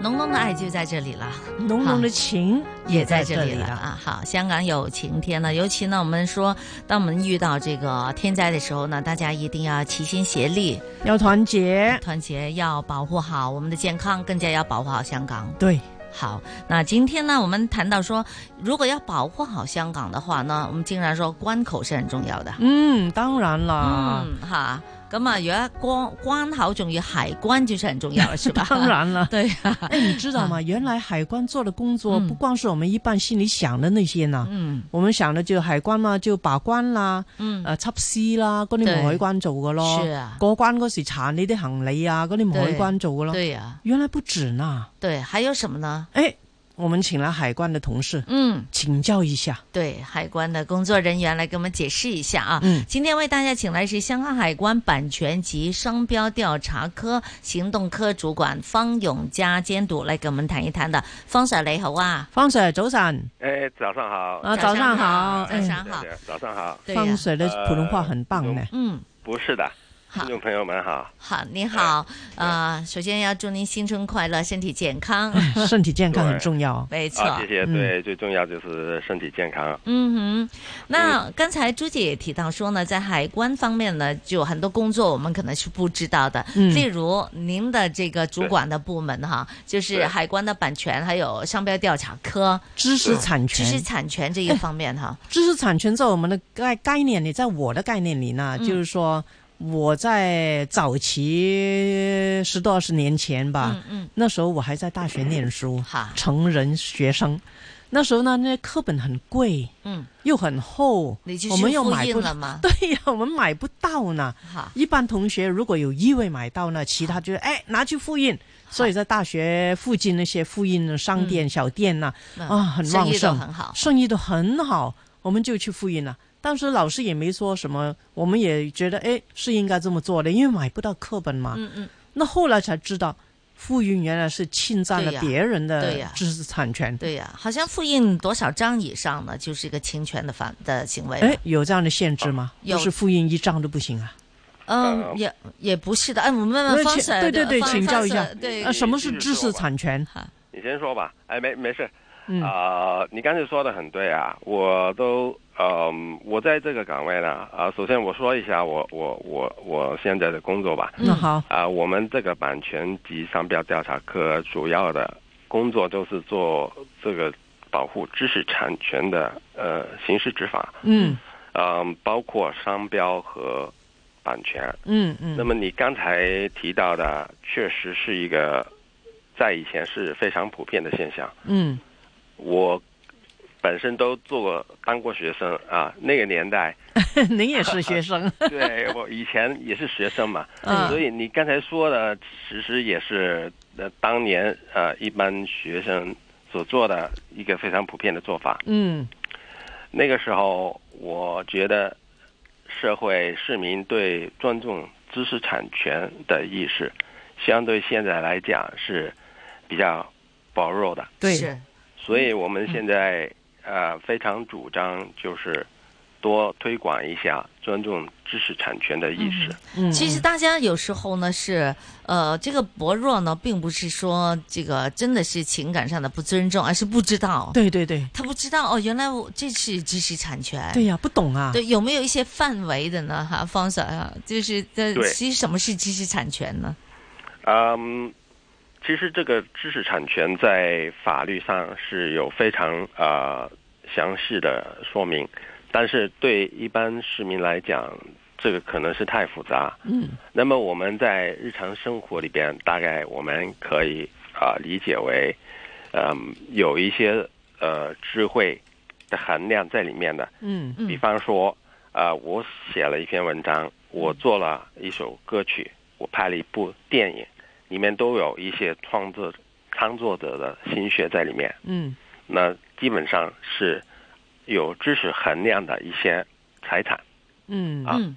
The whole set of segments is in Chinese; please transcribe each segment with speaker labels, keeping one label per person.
Speaker 1: 浓浓的爱就在这里 了，
Speaker 2: 浓浓的情
Speaker 1: 也在这里
Speaker 2: 里
Speaker 1: 了。啊！好，香港有晴天呢，尤其呢，我们说，当我们遇到这个天灾的时候呢，大家一定要齐心协力，
Speaker 2: 要团结，
Speaker 1: 团结，要保护好我们的健康，更加要保护好香港。
Speaker 2: 对，
Speaker 1: 好，那今天呢，我们谈到说，如果要保护好香港的话呢，我们经常说关口是很重要的。
Speaker 2: 嗯，当然啦，
Speaker 1: 嗯，吓，咁啊，如果关关口仲要海关就是很重要了，是吧？
Speaker 2: 当，然 了。
Speaker 1: 对啊，
Speaker 2: 哎，你知道吗？原来海关做的工作
Speaker 1: 嗯
Speaker 2: 不光是我们一般心里想的那些呢。
Speaker 1: 嗯
Speaker 2: 我们想的就海關嘛，就把關啦，
Speaker 1: 嗯，
Speaker 2: 誒緝私啦，嗰啲
Speaker 1: 對
Speaker 2: 唔海關做嘅咯。
Speaker 1: 是啊
Speaker 2: 過關嗰時查你啲行李啊，嗰啲唔海
Speaker 1: 對
Speaker 2: 關做嘅咯。
Speaker 1: 对呀、
Speaker 2: 原來不止呢。
Speaker 1: 对，还有什么呢？
Speaker 2: 哎，我們請來海關的同事
Speaker 1: 嗯，
Speaker 2: 請教一下。
Speaker 1: 对，海关的工作人员来给我们解释一下啊。
Speaker 2: 嗯
Speaker 1: 今天为大家请来是香港海关版权及商标调查科行动科主管方永嘉监督来给我们谈一谈的。方 Sir 你好啊，
Speaker 2: 方 Sir 早晨，
Speaker 3: 哎，早上好。
Speaker 2: 啊
Speaker 1: 早
Speaker 2: 上好嗯
Speaker 1: 早上好
Speaker 3: 对，对早上好。
Speaker 1: 对呀、
Speaker 2: 方 Sir 的普通話很棒呢
Speaker 3: 呃。
Speaker 1: 嗯，
Speaker 3: 不是的，
Speaker 1: 好
Speaker 3: 听。众朋友们好。
Speaker 1: 好，你好，呃，首先要祝您新春快乐，身体健 康，
Speaker 2: 身体健康很
Speaker 3: 对
Speaker 2: 重要。
Speaker 1: 没错，
Speaker 3: 啊，谢谢。
Speaker 2: 嗯
Speaker 3: 对，最重要就是身体健康。
Speaker 1: 嗯哼，那刚才朱姐也提到说呢，在海关方面呢，就有很多工作我们可能是不知道的，
Speaker 2: 嗯
Speaker 1: 例如您的这个主管的部门哈，就是
Speaker 3: 对
Speaker 1: 海关的版权还有商标调查科
Speaker 2: 知识产
Speaker 1: 知
Speaker 2: 权，
Speaker 1: 识产权这一方面 哈，
Speaker 2: 知识产权在我们的概概念里，在我的概念里呢，
Speaker 1: 嗯
Speaker 2: 就是说我在早期十多二十年前吧，
Speaker 1: 嗯嗯，
Speaker 2: 那时候我还在大学念书，
Speaker 1: 好，
Speaker 2: 成人学生。那时候呢，那课本很贵，
Speaker 1: 嗯，
Speaker 2: 又很厚
Speaker 1: 你就，
Speaker 2: 我
Speaker 1: 是
Speaker 2: 们又
Speaker 1: 复
Speaker 2: 买
Speaker 1: 印
Speaker 2: 不
Speaker 1: 了 吗？
Speaker 2: 对呀、我们买不到呢。
Speaker 1: 好，
Speaker 2: 一般同学如果有一位买到呢，其他就哎拿去复印。所以在大学附近那些复印的商店、小店呐、
Speaker 1: 嗯
Speaker 2: 啊，很
Speaker 1: 生
Speaker 2: 旺
Speaker 1: 意都
Speaker 2: 盛，
Speaker 1: 很好，
Speaker 2: 生意都很好，我们就去复印了。当时老师也没说什么，我们也觉得哎是应该这么做的，因为买不到课本嘛。
Speaker 1: 嗯嗯，
Speaker 2: 那后来才知道，复印原来是侵占
Speaker 1: 对呀
Speaker 2: 了别人
Speaker 1: 对
Speaker 2: 的
Speaker 1: 呀
Speaker 2: 知识产权。
Speaker 1: 对呀、好像复印多少张以上呢，就是一个侵权的犯的行为了。
Speaker 2: 哎，有这样的限制吗？
Speaker 1: 哦有
Speaker 2: 就是复印一张都不行啊？
Speaker 1: 嗯，
Speaker 3: 呃
Speaker 1: 也也不是的，哎，我们
Speaker 2: 不是
Speaker 1: 问方
Speaker 2: 请
Speaker 1: Sir，
Speaker 2: 对对对
Speaker 1: 方
Speaker 2: 请教一下
Speaker 1: 方 Sir，对
Speaker 2: 啊，什么是知识产权？
Speaker 3: 你先说吧。哎，没没事。
Speaker 2: 嗯
Speaker 3: 啊、你刚才说的很对啊，我都嗯、我在这个岗位呢啊、首先我说一下我我我我现在的工作吧。
Speaker 1: 嗯
Speaker 2: 那好，
Speaker 3: 啊、我们这个版权及商标调查科主要的工作就是做这个保护知识产权的呃刑事执法。
Speaker 2: 嗯
Speaker 3: 嗯，包括商标和版权。
Speaker 2: 嗯
Speaker 3: 那
Speaker 2: 嗯，
Speaker 3: 么你刚才提到的，确实是一个在以前是非常普遍的现象。
Speaker 2: 嗯
Speaker 3: 我本身都做过当过学生啊，那个年 代，
Speaker 2: 您也是学生，
Speaker 3: 对我以前也是学生嘛，
Speaker 2: 嗯
Speaker 3: 所以你刚才说的，其实也是呃当年呃一般学生所做的一个非常普遍的做法。
Speaker 2: 嗯
Speaker 3: 那个时候，我觉得社会市民对尊重知识产权的意识，相对现在来讲是比较薄弱的。
Speaker 2: 对，
Speaker 1: 是，
Speaker 3: 所以我
Speaker 2: 嗯
Speaker 3: 们现在呃非常主张就是多推广一下尊重知识产权的意识。
Speaker 2: 嗯
Speaker 1: 其实大家有时候呢是，呃，这个薄弱呢，并不是说这个真的是情感上的不尊重，而是不知道，
Speaker 2: 对对对
Speaker 1: 他不知道哦，原来我这是知识产权，
Speaker 2: 对呀，不懂啊，
Speaker 1: 哎对有没有一些范围的呢？哈，方 Sir 啊，就是这
Speaker 3: 对
Speaker 1: 其实什么是知识产权呢？
Speaker 3: 嗯，其实这个知识产权在法律上是有非常呃详细的说明，但是对一般市民来讲，这个可能是太复杂。
Speaker 2: 嗯
Speaker 3: 那么我们在日常生活里边，大概我们可以啊、呃理解为，嗯、有一些呃智慧的含量在里面的。
Speaker 2: 嗯
Speaker 1: 嗯
Speaker 3: 比方说，啊，我写了一篇文章，我做了一首歌曲，我拍了一部电影，里面都有一些创作创作者的心血在里面。
Speaker 2: 嗯
Speaker 3: 那基本上是有知识含量的一些财产。
Speaker 2: 嗯
Speaker 3: 啊
Speaker 1: 嗯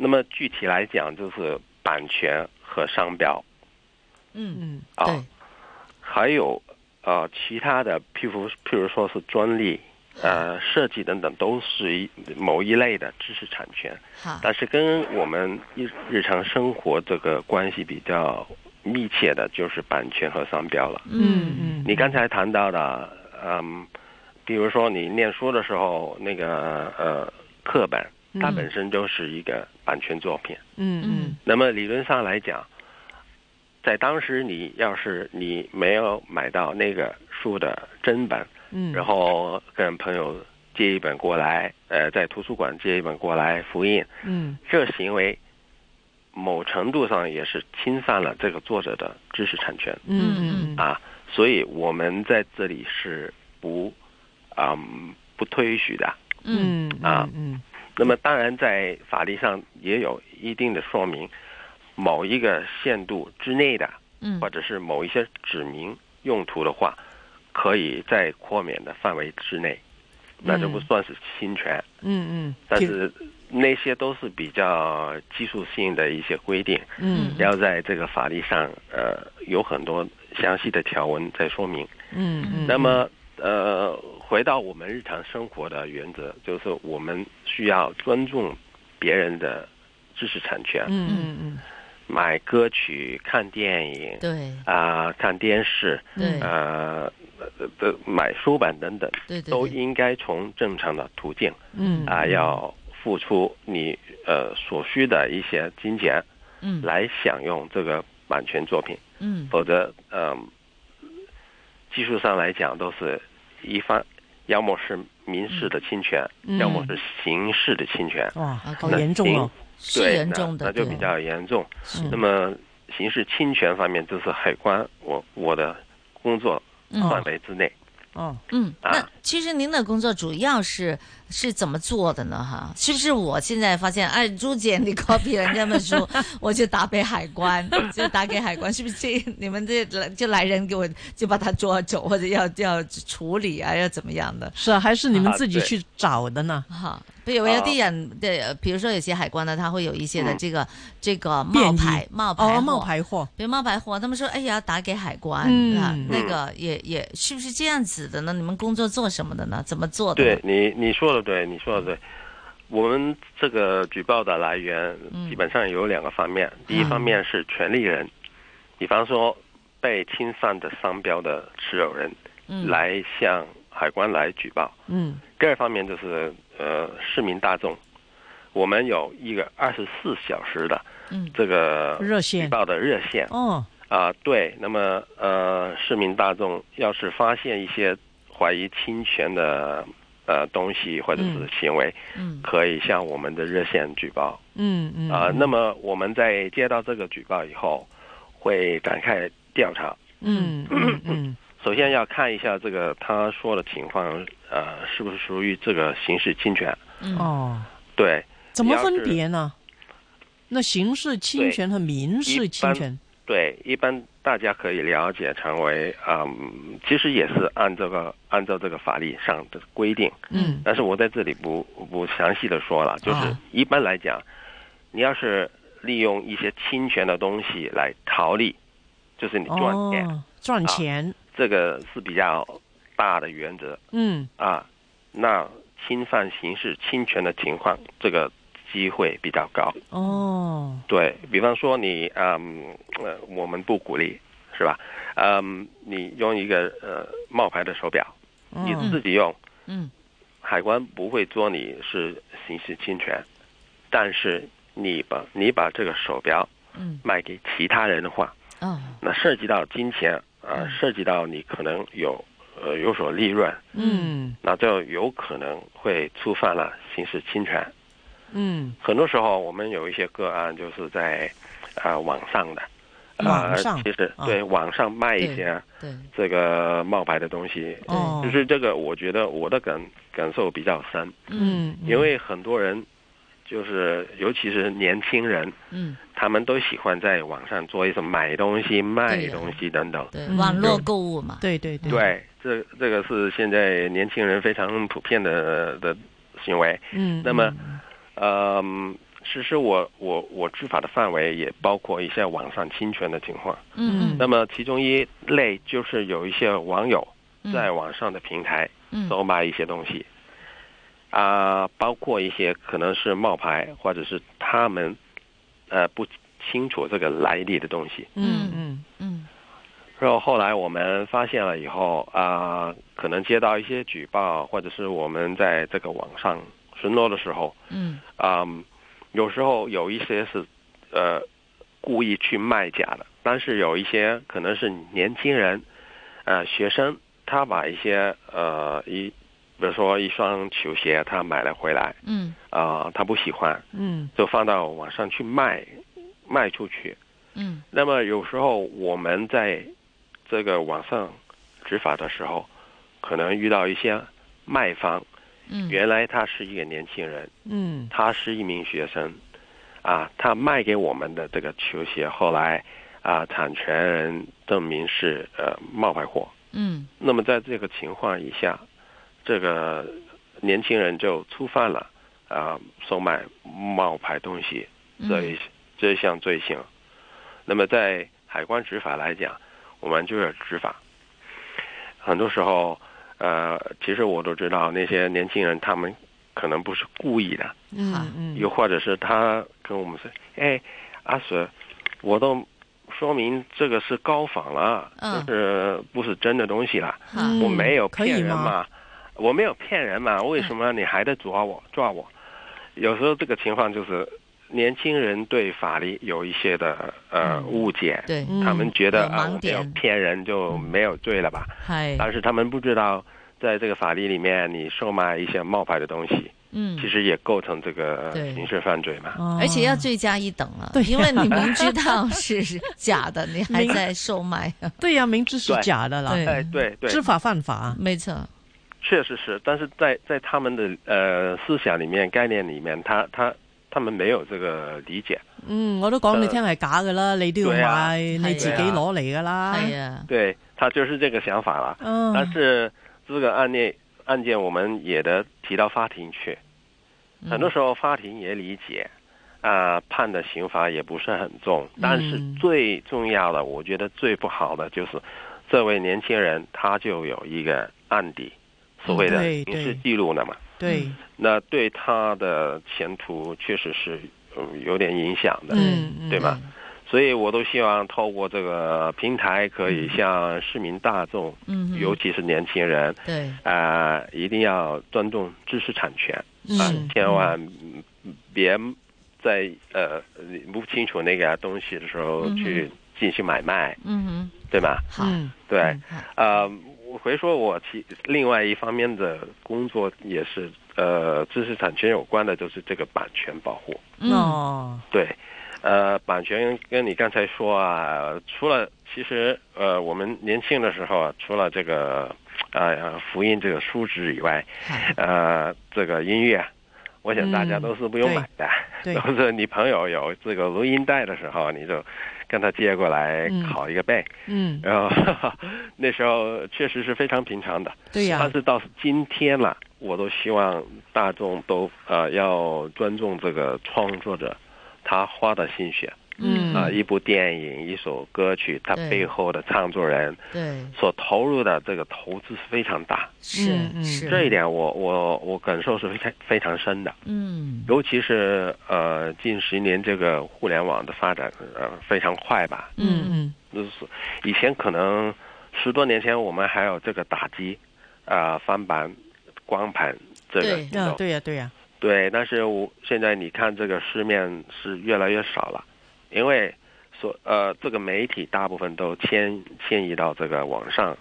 Speaker 3: 那么具体来讲，就是版权和商标
Speaker 1: 嗯，
Speaker 2: 嗯
Speaker 3: 啊。
Speaker 1: 对，
Speaker 3: 还有呃其他的，譬如譬如说是专利、呃设计等等，都是一某一类的知识产权，
Speaker 1: 好，
Speaker 3: 但是跟我们日日常生活这个关系比较密切的就是版权和商标了。
Speaker 1: 嗯，
Speaker 2: 嗯
Speaker 3: 你刚才谈到的，嗯，比如说你念书的时候那个呃课本，它本身就是一个版权作品。
Speaker 2: 嗯
Speaker 3: 那么理论上来讲，在当时你要是你没有买到那个书的真本，
Speaker 2: 嗯，
Speaker 3: 然后跟朋友借一本过来，呃，在图书馆借一本过来复印，
Speaker 2: 嗯
Speaker 3: 这行为某程度上也是侵犯了这个作者的知识产权
Speaker 2: 嗯嗯嗯
Speaker 3: 啊，所以我们在这里是不，嗯，不推许的。
Speaker 1: 嗯，
Speaker 2: 嗯嗯
Speaker 3: 那么当然，在法律上也有一定的说明，某一个限度之内的，
Speaker 1: 嗯，
Speaker 3: 或者是某一些指明用途的话，可以在豁免的范围之内，那就不算是侵权。
Speaker 2: 嗯嗯，
Speaker 3: 但是那些都是比较技术性的一些规定，
Speaker 2: 嗯
Speaker 3: 要在这个法律上，呃，有很多详细的条文在说明。
Speaker 2: 嗯嗯，
Speaker 3: 那么，呃，回到我们日常生活的原则，就是我们需要尊重别人的知识产权，
Speaker 2: 嗯嗯
Speaker 3: 买歌曲、看电影
Speaker 1: 对
Speaker 3: 啊、看电视，
Speaker 1: 对
Speaker 3: 呃，呃呃买书本等等，
Speaker 1: 对对，
Speaker 3: 都
Speaker 1: 对
Speaker 3: 应该从正常的途径
Speaker 2: 嗯
Speaker 3: 啊、要付出你呃所需的一些金钱
Speaker 1: 嗯
Speaker 3: 来享用这个版权作品。
Speaker 1: 嗯
Speaker 3: 否则，嗯、技术上来讲都是一方，要么是民事的侵权，
Speaker 2: 嗯
Speaker 3: 要么是刑事的侵权。
Speaker 2: 哇，好严重哦，
Speaker 1: 是
Speaker 3: 对
Speaker 1: 严
Speaker 3: 那
Speaker 1: 重的，
Speaker 3: 那就
Speaker 1: 对
Speaker 3: 比较严重。
Speaker 1: 是
Speaker 3: 那么刑事侵权方面，就是海关我我的工作范
Speaker 1: 嗯
Speaker 3: 围之内。
Speaker 2: 哦，
Speaker 1: 嗯，
Speaker 3: 啊
Speaker 1: 那其实您的工作主要是是怎么做的呢？哈，是不是我现在发现，哎，朱姐你 copy 人家的 书，我就打给海关，就打给海关，是不是这你们这来就来人给我就把他抓走，或者要要处理啊，要怎么样的？
Speaker 2: 是啊，还是你们自己去找的呢？
Speaker 1: 哈，比如有啲人的，比如说有些海关呢，他会有一些的这个、这个冒
Speaker 2: 嗯便衣
Speaker 1: 牌冒牌
Speaker 2: 哦，
Speaker 1: 货
Speaker 2: 冒牌货，
Speaker 1: 别冒白货，他们说哎呀打给海关、
Speaker 2: 嗯
Speaker 1: 啊，那
Speaker 3: 嗯
Speaker 1: 个也也是不是这样子的呢？你们工作做什么的呢？怎么做的
Speaker 3: 对
Speaker 1: 呢？
Speaker 3: 你你说的对，你说的对。我们这个举报的来源
Speaker 1: 嗯
Speaker 3: 基本上有两个方面，第一方面是权利人，比方说被侵犯的商标的持有人，
Speaker 1: 嗯，
Speaker 3: 来向海关来举报。
Speaker 2: 嗯
Speaker 3: 第二方面就是呃市民大众，我们有一个二十四小时的
Speaker 1: 嗯
Speaker 3: 这个
Speaker 2: 热
Speaker 3: 举
Speaker 2: 线，
Speaker 3: 报的热线
Speaker 2: 哦，
Speaker 3: 啊、对，那么呃市民大众要是发现一些怀疑侵权的呃东西或者是行为，
Speaker 1: 嗯
Speaker 3: 可以向我们的热线举报
Speaker 2: 嗯嗯
Speaker 3: 啊、那么我们在接到这个举报以后，会展开调查。
Speaker 2: 嗯嗯嗯
Speaker 3: 首先要看一下这个他说的情况，呃，是不是属于这个刑事侵权？
Speaker 1: 嗯
Speaker 2: 哦，
Speaker 3: 对，
Speaker 2: 怎么分别呢？那刑事侵权和民事侵权，
Speaker 3: 对，一般大家可以了解成为，嗯，其实也是按这个按照这个法律上的规定，
Speaker 2: 嗯
Speaker 3: 但是我在这里不不详细的说了，就是
Speaker 2: 啊
Speaker 3: 一般来讲，你要是利用一些侵权的东西来逃利，就是你赚钱，
Speaker 2: 哦，赚钱，
Speaker 3: 这个是比较大的原则
Speaker 2: 嗯
Speaker 3: 啊。那侵犯刑事侵权的情况，这个机会比较高。
Speaker 2: 哦，
Speaker 3: 对比方说你，嗯，呃，我们不鼓励，是吧？嗯，你用一个呃冒牌的手表，你自己用，
Speaker 1: 嗯
Speaker 3: 海关不会捉你是刑事侵权，但是你把你把这个手表
Speaker 1: 嗯
Speaker 3: 卖给其他人的话，
Speaker 1: 哦
Speaker 3: 那涉及到金钱啊、
Speaker 1: 嗯
Speaker 3: 涉及到你可能有呃有所利润，
Speaker 2: 嗯
Speaker 3: 那就有可能会触犯了刑事侵权。
Speaker 2: 嗯，
Speaker 3: 很多时候我们有一些个案就是在呃网上的，
Speaker 2: 网
Speaker 3: 呃，
Speaker 2: 上
Speaker 3: 其实
Speaker 2: 啊
Speaker 3: 对网上卖一些
Speaker 1: 对
Speaker 3: 这个冒牌的东西，
Speaker 2: 哦，
Speaker 3: 就是这个我觉得我的感感受比较深，
Speaker 2: 嗯，
Speaker 3: 因为很多人就是尤其是年轻人，
Speaker 1: 嗯
Speaker 3: 他们都喜欢在网上做一些买东西、卖
Speaker 1: 对呀嗯
Speaker 3: 东西等等。
Speaker 1: 对
Speaker 2: 嗯
Speaker 1: 网络购物嘛
Speaker 2: 对对对，
Speaker 3: 对，这这个是现在年轻人非常普遍的的行为。
Speaker 2: 嗯，
Speaker 3: 那么，嗯，其实我我我执法的范围也包括一些网上侵权的情况。
Speaker 1: 嗯
Speaker 3: 那么其中一类就是有一些网友
Speaker 1: 嗯，
Speaker 3: 在网上的平台
Speaker 1: 嗯
Speaker 3: 售卖一些东西，啊、包括一些可能是冒牌或者是他们呃不清楚这个来历的东西。
Speaker 2: 嗯嗯
Speaker 1: 嗯
Speaker 3: 然后后来我们发现了以后啊、可能接到一些举报，或者是我们在这个网上巡逻的时候，
Speaker 1: 嗯
Speaker 3: 啊、有时候有一些是呃故意去卖假的，但是有一些可能是年轻人，呃学生，他把一些呃一，比如说一双球鞋，他买了回来
Speaker 1: 嗯
Speaker 3: 啊、他不喜欢，
Speaker 2: 嗯
Speaker 3: 就放到网上去卖，卖出去。
Speaker 1: 嗯
Speaker 3: 那么有时候我们在这个网上执法的时候，可能遇到一些卖方，
Speaker 1: 嗯，
Speaker 3: 原来他是一个年轻人，
Speaker 2: 嗯
Speaker 3: 他是一名学生，啊，他卖给我们的这个球鞋，后来啊，产权人证明是呃冒牌货。
Speaker 1: 嗯
Speaker 3: 那么在这个情况以下，这个年轻人就触犯了啊、售卖冒牌东西
Speaker 1: 嗯
Speaker 3: 这一、这一项罪行。那么在海关执法来讲，我们就要执法。很多时候，呃，其实我都知道那些年轻人他们可能不是故意的，
Speaker 2: 嗯嗯，
Speaker 3: 又或者是他跟我们说：“哎，阿 Sir，我都说明这个是高仿了，
Speaker 1: 嗯
Speaker 3: 这是不是真的东西了？
Speaker 1: 嗯
Speaker 3: 我没有
Speaker 2: 可以
Speaker 3: 骗人
Speaker 2: 吗？
Speaker 3: 嘛，我没有骗人嘛，为什么你还在抓我抓我？有时候这个情况就是年轻人对法律有一些的呃
Speaker 1: 嗯
Speaker 3: 误解，
Speaker 1: 对，
Speaker 2: 嗯
Speaker 3: 他们觉得
Speaker 1: 有
Speaker 3: 啊
Speaker 1: 盲
Speaker 3: 我没有
Speaker 1: 点嗯
Speaker 3: 骗人就没有罪了吧？
Speaker 1: 系
Speaker 3: 但是他们不知道，在这个法律里面，你售卖一些冒牌的东西。
Speaker 1: 嗯
Speaker 3: 其。实也构成这个呃
Speaker 1: 对
Speaker 3: 刑事犯罪嘛。
Speaker 2: 哦
Speaker 1: 而且要罪加一等了，
Speaker 2: 对呀
Speaker 1: 因为你明 知道是假的，你还在售卖，
Speaker 2: 对呀，明知是
Speaker 3: 对
Speaker 2: 假的啦，
Speaker 1: 对
Speaker 3: 哎，对对，
Speaker 2: 知法犯法。
Speaker 1: 没错，
Speaker 2: 啊
Speaker 3: 确实是，但是在在他们的呃思想里面、概念里面，他他他们没有这个理解。
Speaker 2: 嗯，我都講你
Speaker 3: 呃
Speaker 2: 聽係假噶啦，你都要
Speaker 3: 對啊
Speaker 2: 買，你自己攞嚟噶啦。
Speaker 1: 哎呀，
Speaker 3: 对他就是这个想法了。
Speaker 2: 嗯，
Speaker 3: 但是这个案例案件，我们也得提到法庭去。
Speaker 1: 嗯
Speaker 3: 很多时候法庭也理解，啊、判的刑罚也不是很重。但是
Speaker 2: 嗯
Speaker 3: 最重要的，我觉得最不好的就是，这位年轻人他就有一个案底，所谓的
Speaker 2: 嗯对
Speaker 3: 刑事
Speaker 2: 对
Speaker 3: 记录了嘛。
Speaker 2: 對，
Speaker 3: 那对他的前途确实是呃有点影响的，
Speaker 2: 嗯嗯，
Speaker 3: 对吧？所以我都希望透过这个平台，可以向市民大众，
Speaker 1: 嗯哼，
Speaker 3: 尤其是年轻人，
Speaker 1: 对，
Speaker 3: 啊、一定要尊重知识产权啊、
Speaker 2: 嗯，
Speaker 3: 千万嗯别在呃你不清楚那个东西的时候
Speaker 1: 嗯哼
Speaker 3: 去进行买卖，
Speaker 1: 嗯
Speaker 3: 对吧？
Speaker 1: 哼，好，
Speaker 2: 嗯，
Speaker 3: 对，
Speaker 2: 嗯
Speaker 3: 呃，我回说我其另外一方面的工作也是呃知识产权有关的，就是这个版权保护。
Speaker 1: 嗯
Speaker 2: 哦，
Speaker 3: 对，呃，版权跟你刚才说啊，除了其实呃我们年轻的时候啊，除了这个呃福音这个书籍以外，
Speaker 1: 好，
Speaker 3: 呃这个音乐啊。我想大家
Speaker 2: 嗯
Speaker 3: 都是不用买的，
Speaker 2: 对
Speaker 3: 都是你朋友有这个录音带的时候，你就跟他借过来
Speaker 2: 嗯
Speaker 3: 拷一个背，
Speaker 2: 嗯，
Speaker 3: 然后 那时候确实是非常平常的。
Speaker 2: 對呀
Speaker 3: 但，是到今天了，我都希望大众都呃要尊重这个创作者，他花的心血
Speaker 2: 嗯
Speaker 3: 啊、呃一部电影、一首歌曲，他
Speaker 1: 对
Speaker 3: 背后的创作人
Speaker 1: 对，
Speaker 2: 嗯
Speaker 3: 所投入的这个投资是非常大，
Speaker 1: 是
Speaker 2: 嗯
Speaker 1: 是，
Speaker 3: 这一点我我我感受是非常非常深的。
Speaker 1: 嗯
Speaker 3: 尤其是呃近十年这个互联网的发展呃非常快吧，
Speaker 2: 嗯
Speaker 3: 就是以前可能十多年前我们还有这个打击，啊、翻版、光盘这个
Speaker 1: 对
Speaker 3: 行
Speaker 2: 嗯，啊，
Speaker 3: 动
Speaker 2: 對呀對呀，
Speaker 3: 对，但是我现在你看这个市面是越来越少了，因为所呃这个媒体大部分都迁迁移到这个网上，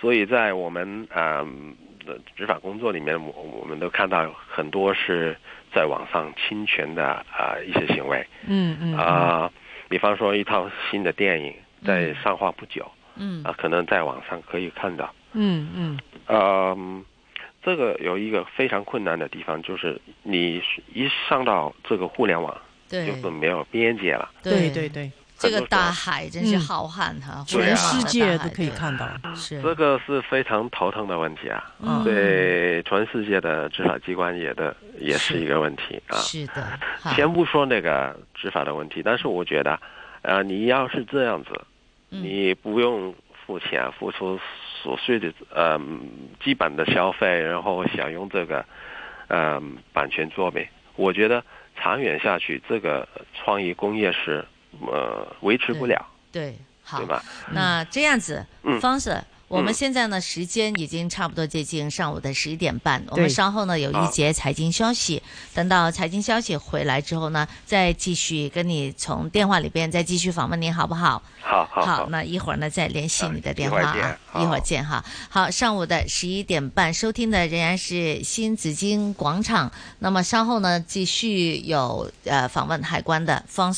Speaker 3: 所以在我们嗯、的执法工作里面，我我们都看到很多是在网上侵权的啊、一些行为
Speaker 2: 嗯嗯，
Speaker 3: 啊、比方说一套新的电影在上画不久
Speaker 1: 嗯
Speaker 3: 啊、可能在网上可以看到。
Speaker 2: 嗯嗯
Speaker 3: 嗯，这个有一个非常困难的地方，就是你一上到这个互联网，就
Speaker 1: 对
Speaker 3: 是没有边界了。
Speaker 2: 對對對，
Speaker 1: 这
Speaker 3: 很
Speaker 1: 个
Speaker 3: 多时
Speaker 1: 大
Speaker 3: 候
Speaker 1: 海真是浩瀚哈，
Speaker 3: 对啊
Speaker 2: 全世界都可以看到。
Speaker 1: 到，是
Speaker 3: 这个是非常头疼的问题啊，
Speaker 2: 嗯
Speaker 3: 对全世界的执法机关也的也是一个问题啊。
Speaker 1: 是的，哈
Speaker 3: 先不说那个执法的问题，但是我觉得，呃，你要是这样子，
Speaker 1: 嗯
Speaker 3: 你不用付钱，付出所需的呃基本的消费，然后享用这个呃版权作品，我觉得长远下去，这个创意工业是呃维持不了，
Speaker 1: 对，好
Speaker 3: 对，吧？
Speaker 1: 那这样子
Speaker 3: 嗯，
Speaker 1: 方 Sir，我们
Speaker 3: 嗯
Speaker 1: 现在呢时间已经差不多接近上午的十一点半，我们
Speaker 2: 对
Speaker 1: 稍后呢有一
Speaker 3: 好
Speaker 1: 节财经消息，等到财经消息回来之后呢，再继续跟你从电话里边再继续访问你好不好？
Speaker 3: 好好好，
Speaker 1: 那一会儿呢再联系你的电话
Speaker 3: 一会儿
Speaker 1: 啊
Speaker 3: 见，
Speaker 1: 一
Speaker 3: 好
Speaker 1: 会儿见哈。好，上午的十一点半收听的仍然是新紫金广场，那么稍后呢继续有呃访问海关的方 Sir。